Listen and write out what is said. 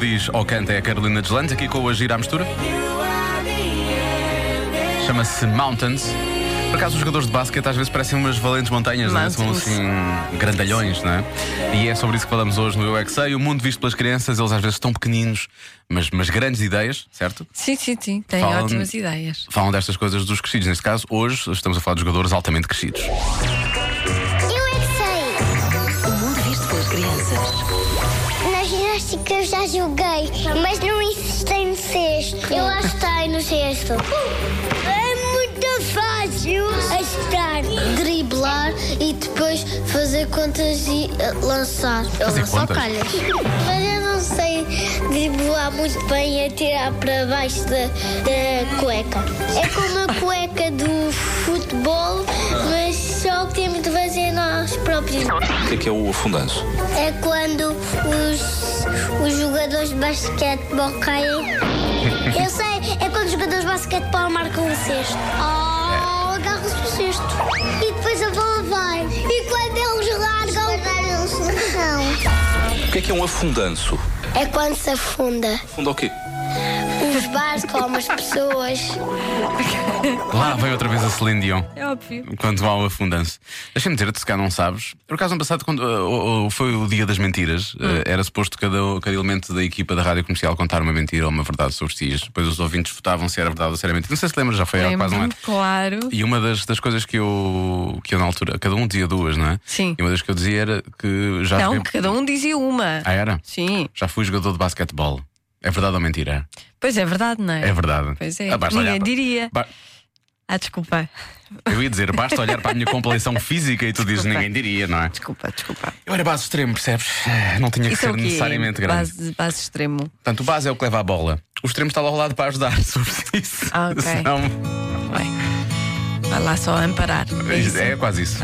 diz ou canta é a Carolina Deslandes, aqui com o Agir à mistura. Chama-se Mountains. Por acaso, os jogadores de basquete às vezes parecem umas valentes montanhas, não é? São Mountains. assim grandalhões, não é? E é sobre isso que falamos hoje no Eu é Que Sei. O mundo visto pelas crianças, eles às vezes estão pequeninos, mas, mas grandes ideias, certo? Sim, sim, sim. Tem Fala-me- ótimas ideias. Falam destas coisas dos crescidos. Neste caso, hoje estamos a falar de jogadores altamente crescidos. Eu é que sei. O mundo visto pelas crianças. Na ginástica eu já joguei, mas não insistei no sexto. Eu astei no sexto. É muito fácil astar. Driblar e depois fazer contas e eh, lançar. Fazer lanço contas? calhas. Mas eu não sei driblar muito bem e atirar para baixo da, da cueca. É como a cueca do futebol, mas só que temos de fazer nós próprios. O que é que é o afundanço? É quando os, os jogadores de basquetebol caem. Eu sei, é quando os jogadores de basquetebol marcam o cesto. Oh, agarram-se no cesto. E depois a bola vai. E quando eles largam. Guardaram-se no chão. O que é que é um afundanço? É quando se afunda Afunda o quê? os bares com as pessoas. Lá veio outra vez a Celine Dion. É óbvio. Quando há uma afundança. Deixa-me dizer, se cá não sabes. Por acaso, no passado, quando ah, o- o- foi o dia das mentiras, ah, Hum. era suposto cada, cada elemento da equipa da rádio comercial contar uma mentira ou uma verdade sobre si. Depois os ouvintes votavam se era verdade ou se era mentira. Não sei se lembras, já foi há quase um ano. Lembro-me, claro. E uma das, das coisas que eu, que eu, na altura, cada um dizia duas, não é? Sim. E uma das que eu dizia era que já. Não, joguei- cada um dizia uma. Ah, era? Sim. Já fui jogador de basquetebol. É verdade ou mentira? Pois é verdade, não é? É verdade. Pois é. Ah, basta olhar Ninguém para- diria. Ba- Ah, desculpa. Eu ia dizer, basta olhar para a minha compilação física e tu dizes, Desculpa. ninguém diria, não é? Desculpa, desculpa. Eu era base extremo, percebes? Eh, Não tinha que Isso ser é o quê? necessariamente grande. Base, base extremo. Portanto, o base é o que leva a bola. O extremo está lá ao lado para ajudar sobre isso. Ah, ok. Senão- Vai. Vai lá só amparar. É isso. é quase isso.